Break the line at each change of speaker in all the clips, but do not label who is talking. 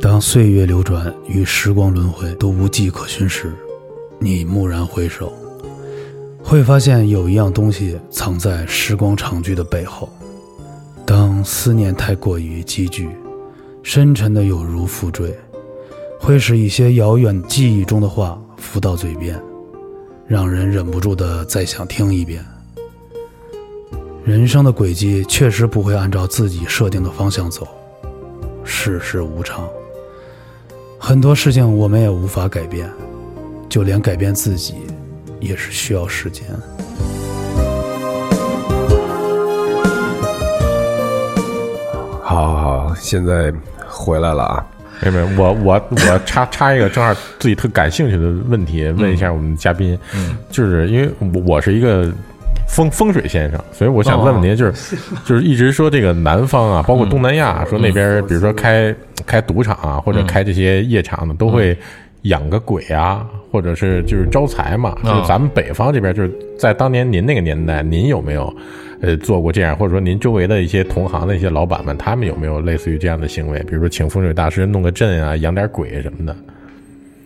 当岁月流转与时光轮回都无迹可寻时，你蓦然回首，会发现有一样东西藏在时光长句的背后。当思念太过于积聚，深沉的有如负坠，会使一些遥远记忆中的话浮到嘴边，让人忍不住的再想听一遍。人生的轨迹确实不会按照自己设定的方向走，世事无常，很多事情我们也无法改变，就连改变自己也是需要时间。
好好好，现在回来了啊！
没有没有，我我我插 插一个，正好自己特感兴趣的问题，问一下我们嘉宾，就是因为我我是一个风风水先生，所以我想问问您，就是、就是一直说这个南方啊，包括东南亚，说那边比如说开开赌场啊，或者开这些夜场的，都会养个鬼啊，或者是就是招财嘛。就是咱们北方这边，就是在当年您那个年代，您有没有呃做过这样，或者说您周围的一些同行的一些老板们，他们有没有类似于这样的行为，比如说请风水大师弄个阵啊，养点鬼什么的？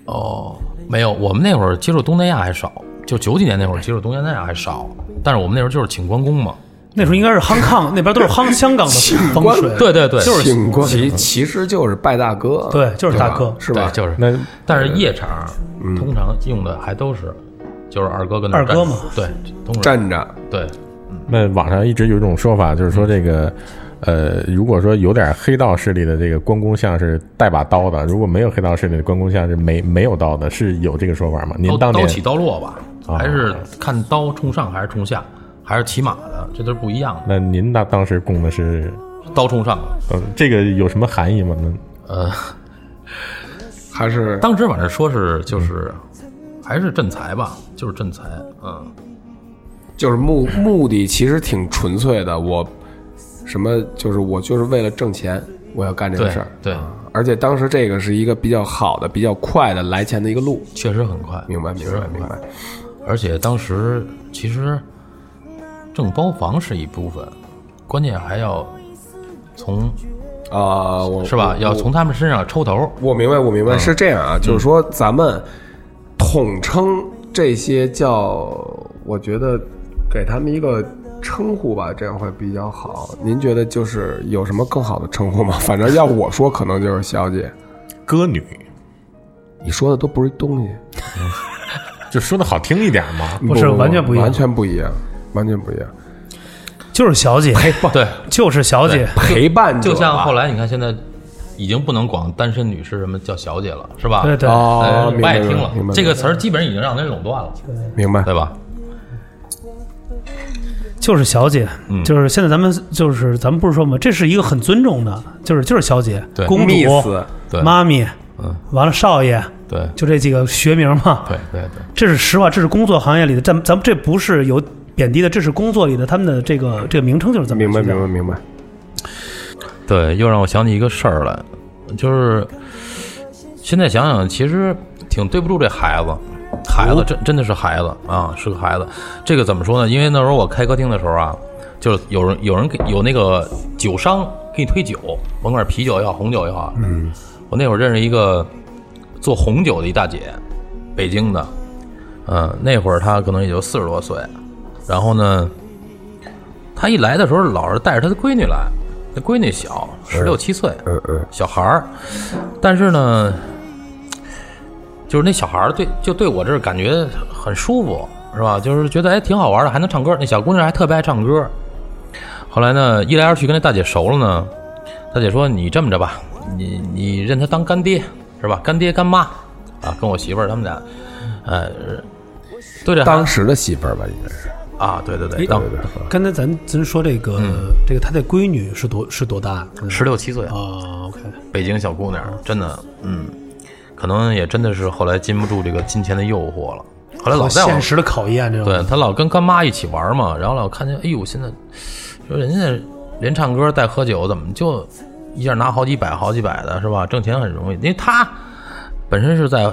哦，没有，我们那会儿接触东南亚还少，就九几年那会儿接触东南亚还少，但是我们那时候就是请关公嘛，
那时候应该是康康，那边都 是康香港的风水，
对对对，就是
请过
其其实就是拜大哥，
对就是大哥
对吧是吧？
就是
那
但是夜场通常用的还都是，就是二哥跟那儿
二哥
站
嗯
嘛，
对，通常
站着
对，
那网上一直有一种说法，就是说这个，呃，如果说有点黑道势力的这个关公像是带把刀的，如果没有黑道势力的关公像是没没有刀的，是有这个说法吗？您
刀
当
刀
年
起刀落吧，
啊
还是看刀冲上还是冲下，还是骑马的，这都是不一样的。
那您那当时供的是，
刀冲上，
呃，这个有什么含义吗？那
呃，
还是
当时反正说是就是还是镇财吧，就是镇财，嗯，
就是目目的其实挺纯粹的，我什么就是我就是为了挣钱，我要干这个
对
事儿。啊
对，
而且当时这个是一个比较好的、比较快的来钱的一个路，
确实很快，
明白明白明白。
而且当时其实挣包房是一部分，关键还要从
啊，我
是吧，
我
要从他们身上抽头，
我明白，我明白，是这样啊，就是说咱们统称这些叫，我觉得给他们一个称呼吧，这样会比较好。您觉得就是有什么更好的称呼吗？ 反正要我说，可能就是小姐。
歌女，
你说的都不是东西，
就说的好听一点嘛。
不是完全不一样
完全不一样，完全不一样。
就是小姐，
对，
就是小姐，
陪伴者
就
吧
像后来你看现在。已经不能管单身女士什么叫小姐了，是吧？
对对，
啊
哦
呃，
明
不
白
爱听了
明白，
这个词儿基本已经让人垄断了，
明白
对吧？
就是小姐，
嗯
就是现在咱们就是咱们不是说嘛，这是一个很尊重的，就是就是小姐
对、
公主、
，miss
对
妈咪，
嗯，
完了少爷，
对
就这几个学名嘛。
对对对，
这是实话，这是工作行业里的，咱咱们这不是有贬低的，这是工作里的他们的这个这个名称就是这么
明白
去讲
明白明白。
对，又让我想起一个事儿来，就是现在想想，其实挺对不住这孩子，孩子真真的是孩子啊，是个孩子。这个怎么说呢？因为那时候我开歌厅的时候啊，就是有人有人给有那个酒商给你推酒，甭管是啤酒也好，红酒也好。嗯，我那会儿认识一个做红酒的一大姐，北京的，嗯，那会儿她可能也就四十多岁，然后呢，她一来的时候老是带着她的闺女来，那闺女小，十六七岁，
嗯嗯，
小孩儿，但是呢，就是那小孩儿对就对我这儿感觉很舒服，是吧？就是觉得哎挺好玩的，还能唱歌。那小姑娘还特别爱唱歌。后来呢，一来二去跟那大姐熟了呢，大姐说你这么着吧，你你认他当干爹是吧？干爹干妈啊，跟我媳妇儿他们俩，呃，对着
当时的媳妇儿吧，应该是
啊，对对对，当
刚才咱咱说这个、
嗯
这个她的闺女是多是多大？
十六七岁
啊、o k
北京小姑娘，
哦
真的，嗯，可能也真的是后来禁不住这个金钱的诱惑了。后来老在我
现实的考验，这种
对她老跟干妈一起玩嘛，然后老看见，哎呦，现在说人家连唱歌带喝酒，怎么就一下拿好几百、好几百的，是吧？挣钱很容易，因为她本身是在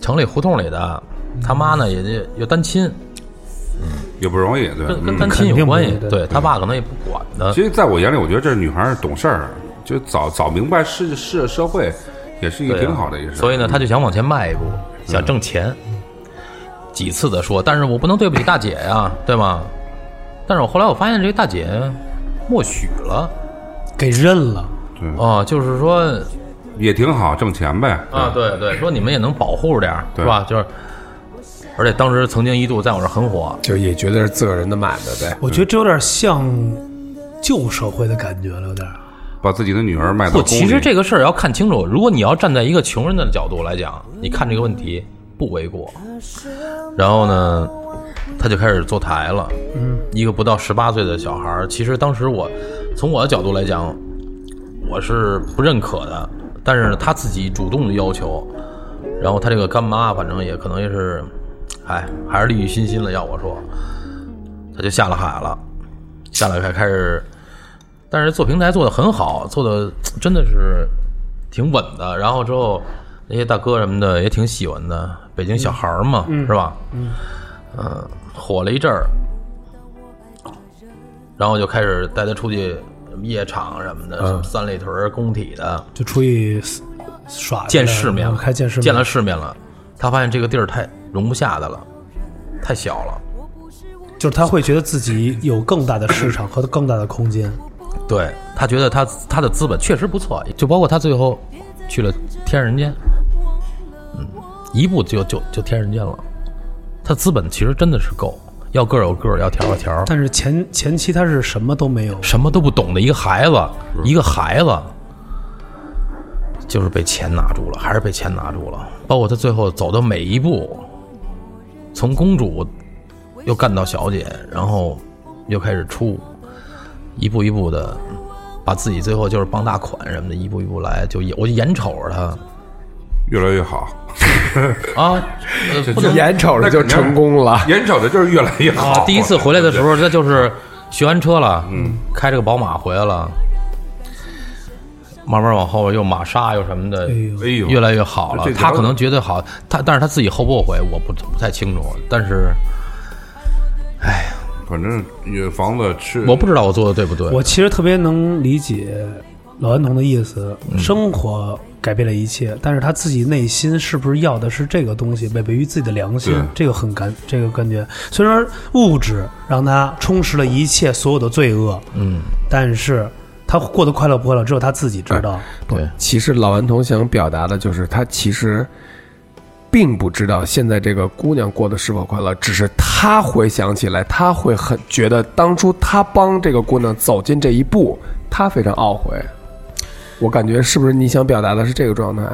城里胡同里的，他妈
嗯
呢也就又单亲，
也不容易，对吧
跟跟
嗯
单亲有关系
肯定，不容易
对他爸可能也不管的
其，实在我眼里，我觉得这女孩儿懂事儿，就早早明白世世社会也是一个
对啊
挺好的一个事。嗯
所以呢，他就想往前迈一步，想挣钱。几次的说，但是我不能对不起大姐呀、对吗？但是我后来我发现这个大姐默许了
给认了，
啊、就是说
也挺好，挣钱呗。
啊，对对，说你们也能保护着点儿，
对
是吧？就是，而且当时曾经一度在我这儿很火，
就也觉得是自个儿人的买卖呗。
我觉得这有点像旧社会的感觉了，有点儿。
把自己的女儿卖到
不，
宫里。
其实这个事儿要看清楚。如果你要站在一个穷人的角度来讲，你看这个问题不为过。然后呢，他就开始坐台了。嗯，一个不到十八岁的小孩儿，其实当时我从我的角度来讲，我是不认可的。但是呢他自己主动的要求，然后他这个干妈，反正也可能也是，哎，还是利欲熏心了。要我说，他就下了海了，下了海开始。但是做平台做的很好，做的真的是挺稳的。然后之后那些大哥什么的也挺喜欢的，北京小孩儿嘛，是吧？嗯、火了一阵儿，然后就开始带他出去什么夜场什么的，什么三里屯儿工体的，
就出去耍去
见
了
世面
然
了，
后开见世面，
见了世面了。他发现这个地儿太容不下他了，太小了。
就是他会觉得自己有更大的市场和更大的空间。
对他觉得他他的资本确实不错，就包括他最后去了天上人间，嗯，一步就就就天上人间了。他资本其实真的是够，要个儿有个儿，要条儿有条儿，
但是前前期他是什么都没有，
什么都不懂的一个孩子，一个孩子，就是被钱拿住了，还是被钱拿住了。包括他最后走的每一步，从公主又干到小姐，然后又开始出，一步一步的把自己最后就是傍大款什么的，一步一步来，就眼我就眼瞅着他
越来越好，
啊，呃不能
眼瞅 着就成功了，
眼瞅着就是越来越好。
啊，第一次回来的时候，那就是学完车了，嗯，开着个宝马回来了，慢慢往后又玛莎又什么的，
哎呦，
越来越好了
这。
他可能觉得好，他但是他自己后不后悔，我不不太清楚。但是
反正也房子吃，
我不知道我做的对不对。
我其实特别能理解老顽童的意思，
嗯
生活改变了一切，但是他自己内心是不是要的是这个东西，违背于自己的良心
对，
这个很感，这个感觉。虽然说物质让他充实了一切所有的罪恶，
嗯，
但是他过得快乐不快乐，只有他自己知
哎
道。
对，
其实老顽童想表达的就是，他其实并不知道现在这个姑娘过得是否快乐，只是他回想起来，他会很觉得当初他帮这个姑娘走进这一步，他非常懊悔。我感觉是不是你想表达的是这个状态？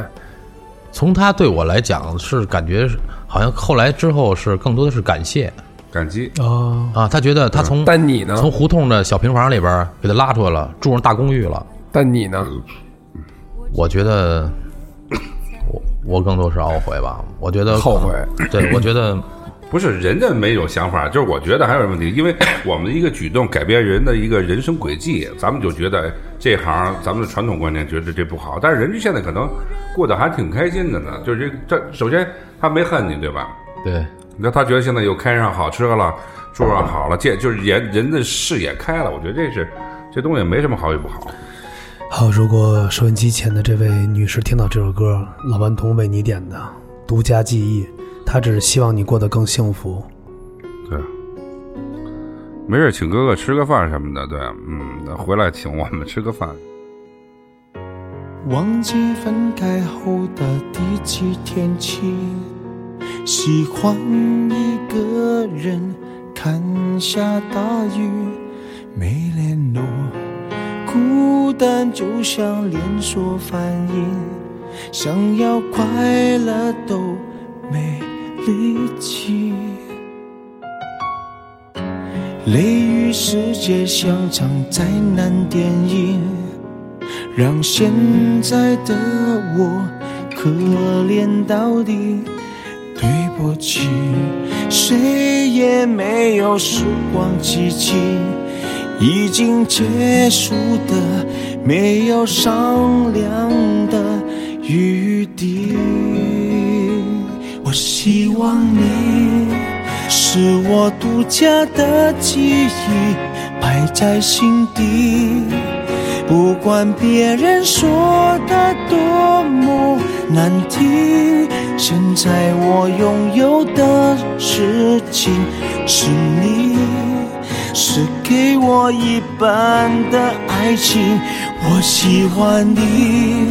从他对我来讲是感觉是好像后来之后是更多的是感谢
感激，
哦，
啊，他觉得他从
但你呢？
从胡同的小平房里边儿给他拉出来了，住上大公寓了。
但你呢？
我觉得我我更多是懊悔吧，我觉得可
后悔。
对，我觉得
不是人家没有想法，就是我觉得还有什么问题，因为我们的一个举动改变人的一个人生轨迹，咱们就觉得哎这行咱们的传统观念觉得这不好，但是人家现在可能过得还挺开心的呢，就是这这首先他没恨你对吧？
对
那他觉得现在又开上好车了，住上好了，这就是人人的视野开了，我觉得这是这东西没什么好与不好，
还有，如果收音机前的这位女士听到这首歌，老顽童为你点的《独家记忆》，他只是希望你过得更幸福。
对。没事，请哥哥吃个饭什么的，对，嗯，那回来请我们吃个饭。
忘记分开后的第几天起，喜欢一个人看下大雨，没联络，孤单就像连锁反应，想要快乐都没力气。泪与世界像场灾难电影。让现在的我可怜到底。对不起，谁也没有时光机器，已经结束的，没有商量的余地。我希望你是我独家的记忆，摆在心底。不管别人说它多么难听，现在我拥有的事情是你，是给我一半的爱情。我喜欢你，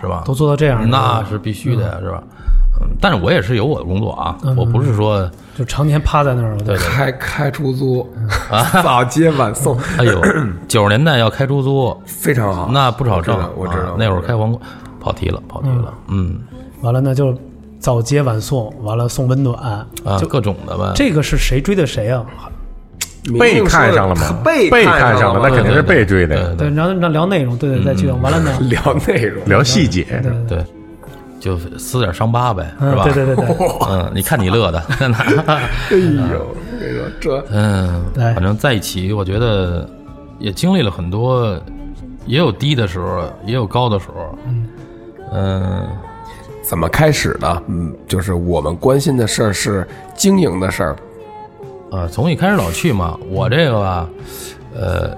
是吧？
都做到这样了，
那是必须的呀，是吧？嗯，但是我也是有我的工作啊，
嗯
我不是说，
就常年趴在那儿了，对
开开出租， 早接晚送，
哎呦，九十年代要开出租，
非常好。
那不少
啊我知道
挣，
我知道
啊
我
那会儿
知道
开皇冠，跑题了，跑题了，嗯
完了呢就早接晚送，完了送温暖，
啊，各种的呗，
这个是谁追的谁啊？
被看上了吗？
被
被
看
看上了，那肯定是被追的
嗯
呀。
对，然后那聊内容，对对，再去完了呢，
聊内容，
聊细节，
对，就撕点伤疤呗，是
嗯
吧？
对对对 对，
嗯，你看你 乐的，
哎呦，跟你说这
嗯，
来
反正在一起，我觉得也经历了很多，也有低的时候，也有高的时候。嗯，
怎么开始的？嗯，就是我们关心的事儿是经营的事儿，
呃，从一开始老去嘛，我这个吧，呃，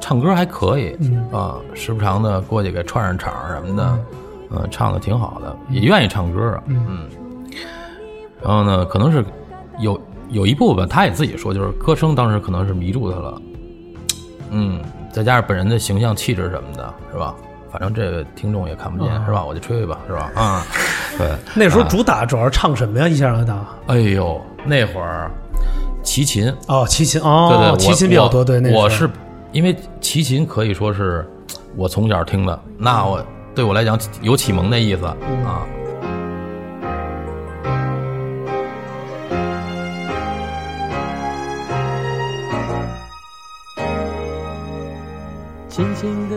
唱歌还可以啊，时不常的过去给串上场什么的，嗯，唱的挺好的，也愿意唱歌啊，嗯。然后呢，可能是有有一部分他也自己说，就是歌声当时可能是迷住他了，嗯，再加上本人的形象气质什么的，是吧？反正这个听众也看不见，是吧？我就吹吧，是吧？啊、对。
那时
啊
候主打主要是唱什么呀？一下让他打。
哎呦，那会儿齐秦，
哦，齐秦
对对，
哦
我，
齐秦比较多，
我
对，那
我
时候
是因为齐秦可以说是我
嗯
从小听的，那我对我来讲有启蒙的意思啊。
轻轻的，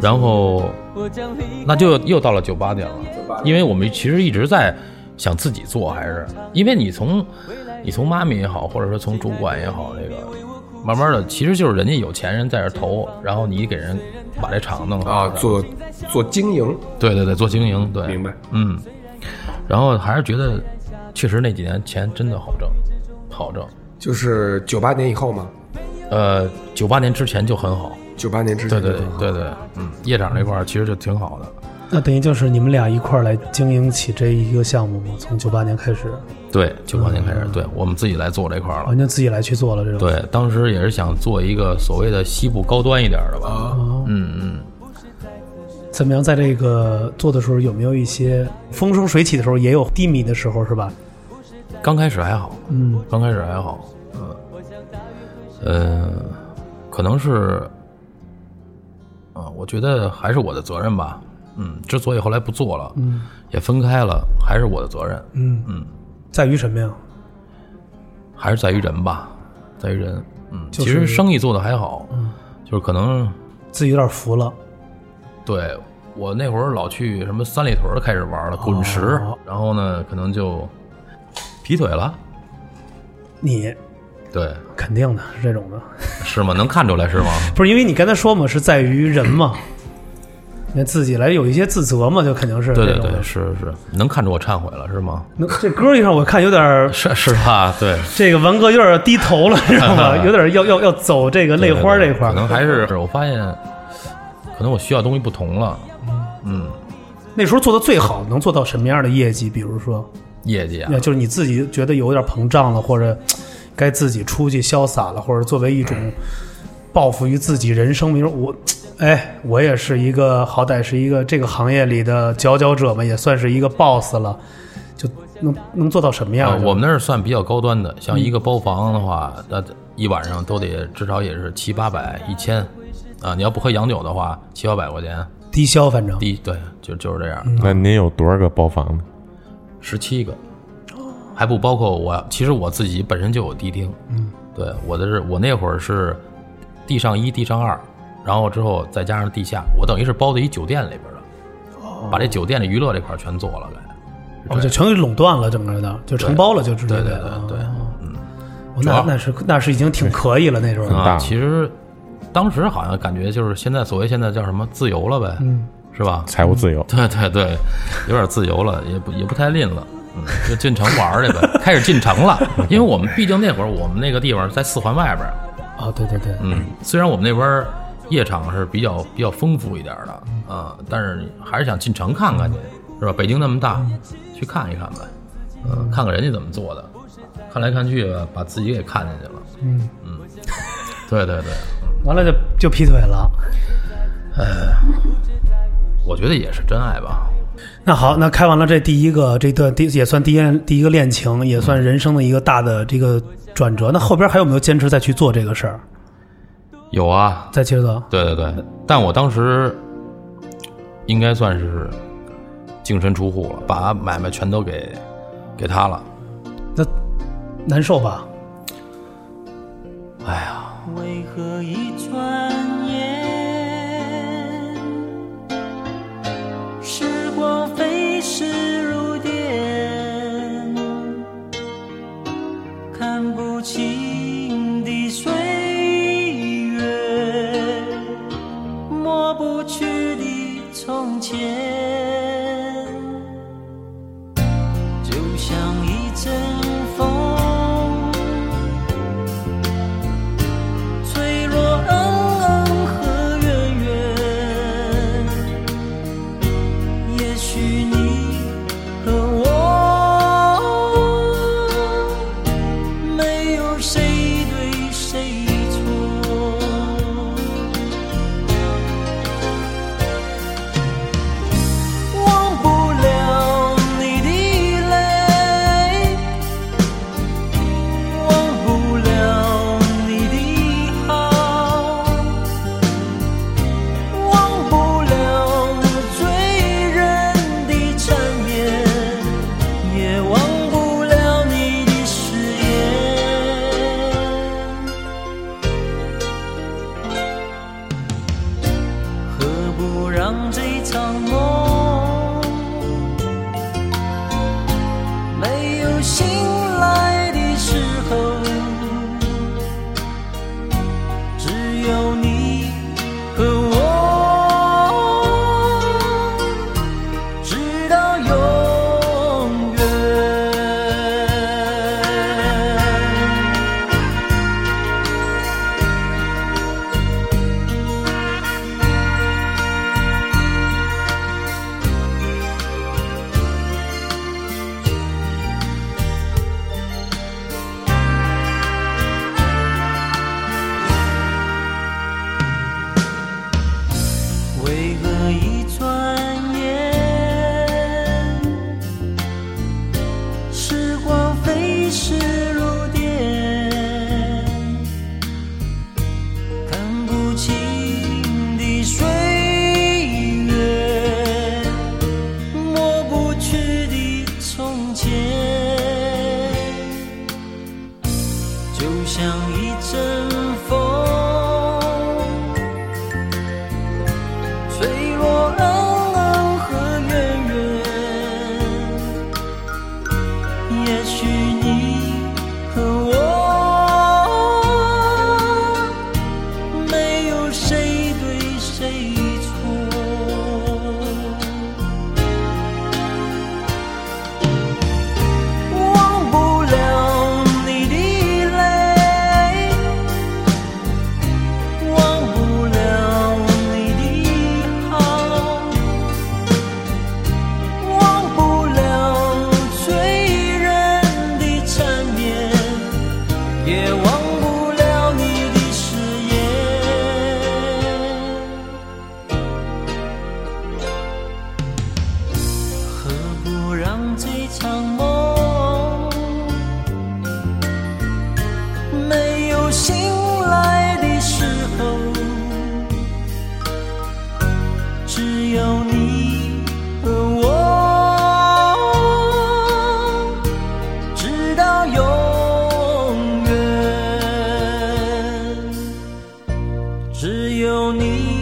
然后
我将离开
那就又到了九八点了，因为我们其实一直在想自己做，还是因为你从你从妈咪也好，或者说从主管也好，那个慢慢的，其实就是人家有钱人在这投，然后你给人把这厂弄好
啊，做做经营，
对对对，做经营，对，
明白？
嗯，然后还是觉得确实那几年钱真的好挣，好挣，
就是九八年以后嘛，
呃，九八年之前就很好，
九八年之
对
前，
对对对对，嗯，夜场这块儿其实就挺好的，
那等于就是你们俩一块儿来经营起这一个项目吗？从九八年开始，
对，九八年开始，对我们自己来做这块儿了
完。全自己来去做了这种。，
对，当时也是想做一个所谓的西部高端一点的吧。嗯嗯，
怎么样？在这个做的时候，有没有一些风生水起的时候，也有低迷的时候，是吧？
刚开始还好，
嗯，
刚开始还好，嗯，呃，可能是，啊、我觉得还是我的责任吧。嗯，之所以后来不做了，嗯，也分开了，还是我的责任，
嗯
嗯，
在于什么呀？
还是在于人吧，在于人。嗯，
就是
其实生意做的还好，嗯，就是可能
自己有点服了。
对我那会儿老去什么三里屯儿开始玩了，
哦
滚石，然后呢，可能就劈腿了。
你
对，
肯定的是这种的，
是吗？能看出来是吗？
不是因为你刚才说嘛，是在于人 嘛，那自己来有一些自责嘛，就肯定是
对
这
对
种的。
对，是是，能看出我忏悔了是吗？
那这歌一上我看有点儿
是是吧？ 对，
这个文哥有点儿低头 了，知道吗？有点儿要要要走这个泪花这块
可能
儿。
还是我发现，可能我需要东西不同了。
那时候做的最好能做到什么样的业绩？比如说，
业绩啊
那，就是你自己觉得有点膨胀了，或者该自己出去潇洒了，或者作为一种报复于自己人生，比如我，哎，我也是一个好歹是一个这个行业里的佼佼者嘛，也算是一个 boss 了，就能能做到什么样？
啊我们那儿算比较高端的，像
嗯
一个包房的话，那一晚上都得至少也是七八百、一千啊。你要不喝洋酒的话，七八百块钱，
低消，反正
低对，就就是这样。
那您有多少个包房呢？
十七个，还不包括我。其实我自己本身就有迪厅，嗯，对，我的是我那会儿是地上一、地上二，然后之后再加上地下，我等于是包在一酒店里边的，把这酒店的娱乐这块儿全做了呗。
哦，就全给垄断了，整个的就承包了，就直接对对对，嗯，那那是那是已经挺可以了那时候，
啊，其实当时好像感觉就是现在所谓现在叫什么自由了呗，嗯，是吧？
财务自由，
对对对，有点自由了，也不也不太吝了，嗯，就进城玩儿去呗，开始进城了，因为我们毕竟那会儿我们那个地方在四环外边儿，
哦，对对对，
嗯，虽然我们那边儿夜场是比较比较丰富一点儿的啊，但是你还是想进城看看去，是吧？北京那么大，去看一看呗，嗯，看看人家怎么做的，看来看去啊吧，把自己给看进去了，嗯嗯，对对对，
完了就就劈腿了。
我觉得也是真爱吧，
那好，那开完了这第一个这段第也算第一第一个恋情，也算人生的一个大的这个转折。那后边还有没有坚持再去做这个事儿？
有啊，
再接着
对对对，但我当时应该算是净身出户了，把买卖全都给给他了。
难受吧？
为何一转眼，时光飞逝醒来的时候，只有你和我，直到永远。为何一转眼，时光飞逝如电，看不清的岁月，抹不去的从前，就像一阵风。吹落恩恩和怨怨，也许你和我没有谁对谁错，忘不了你的泪。忘不了你的好，忘不了醉人的缠绵，也忘不了你的誓言。何不让这场梦？没有醒来的时候，只有你和我，直到永远，只有你。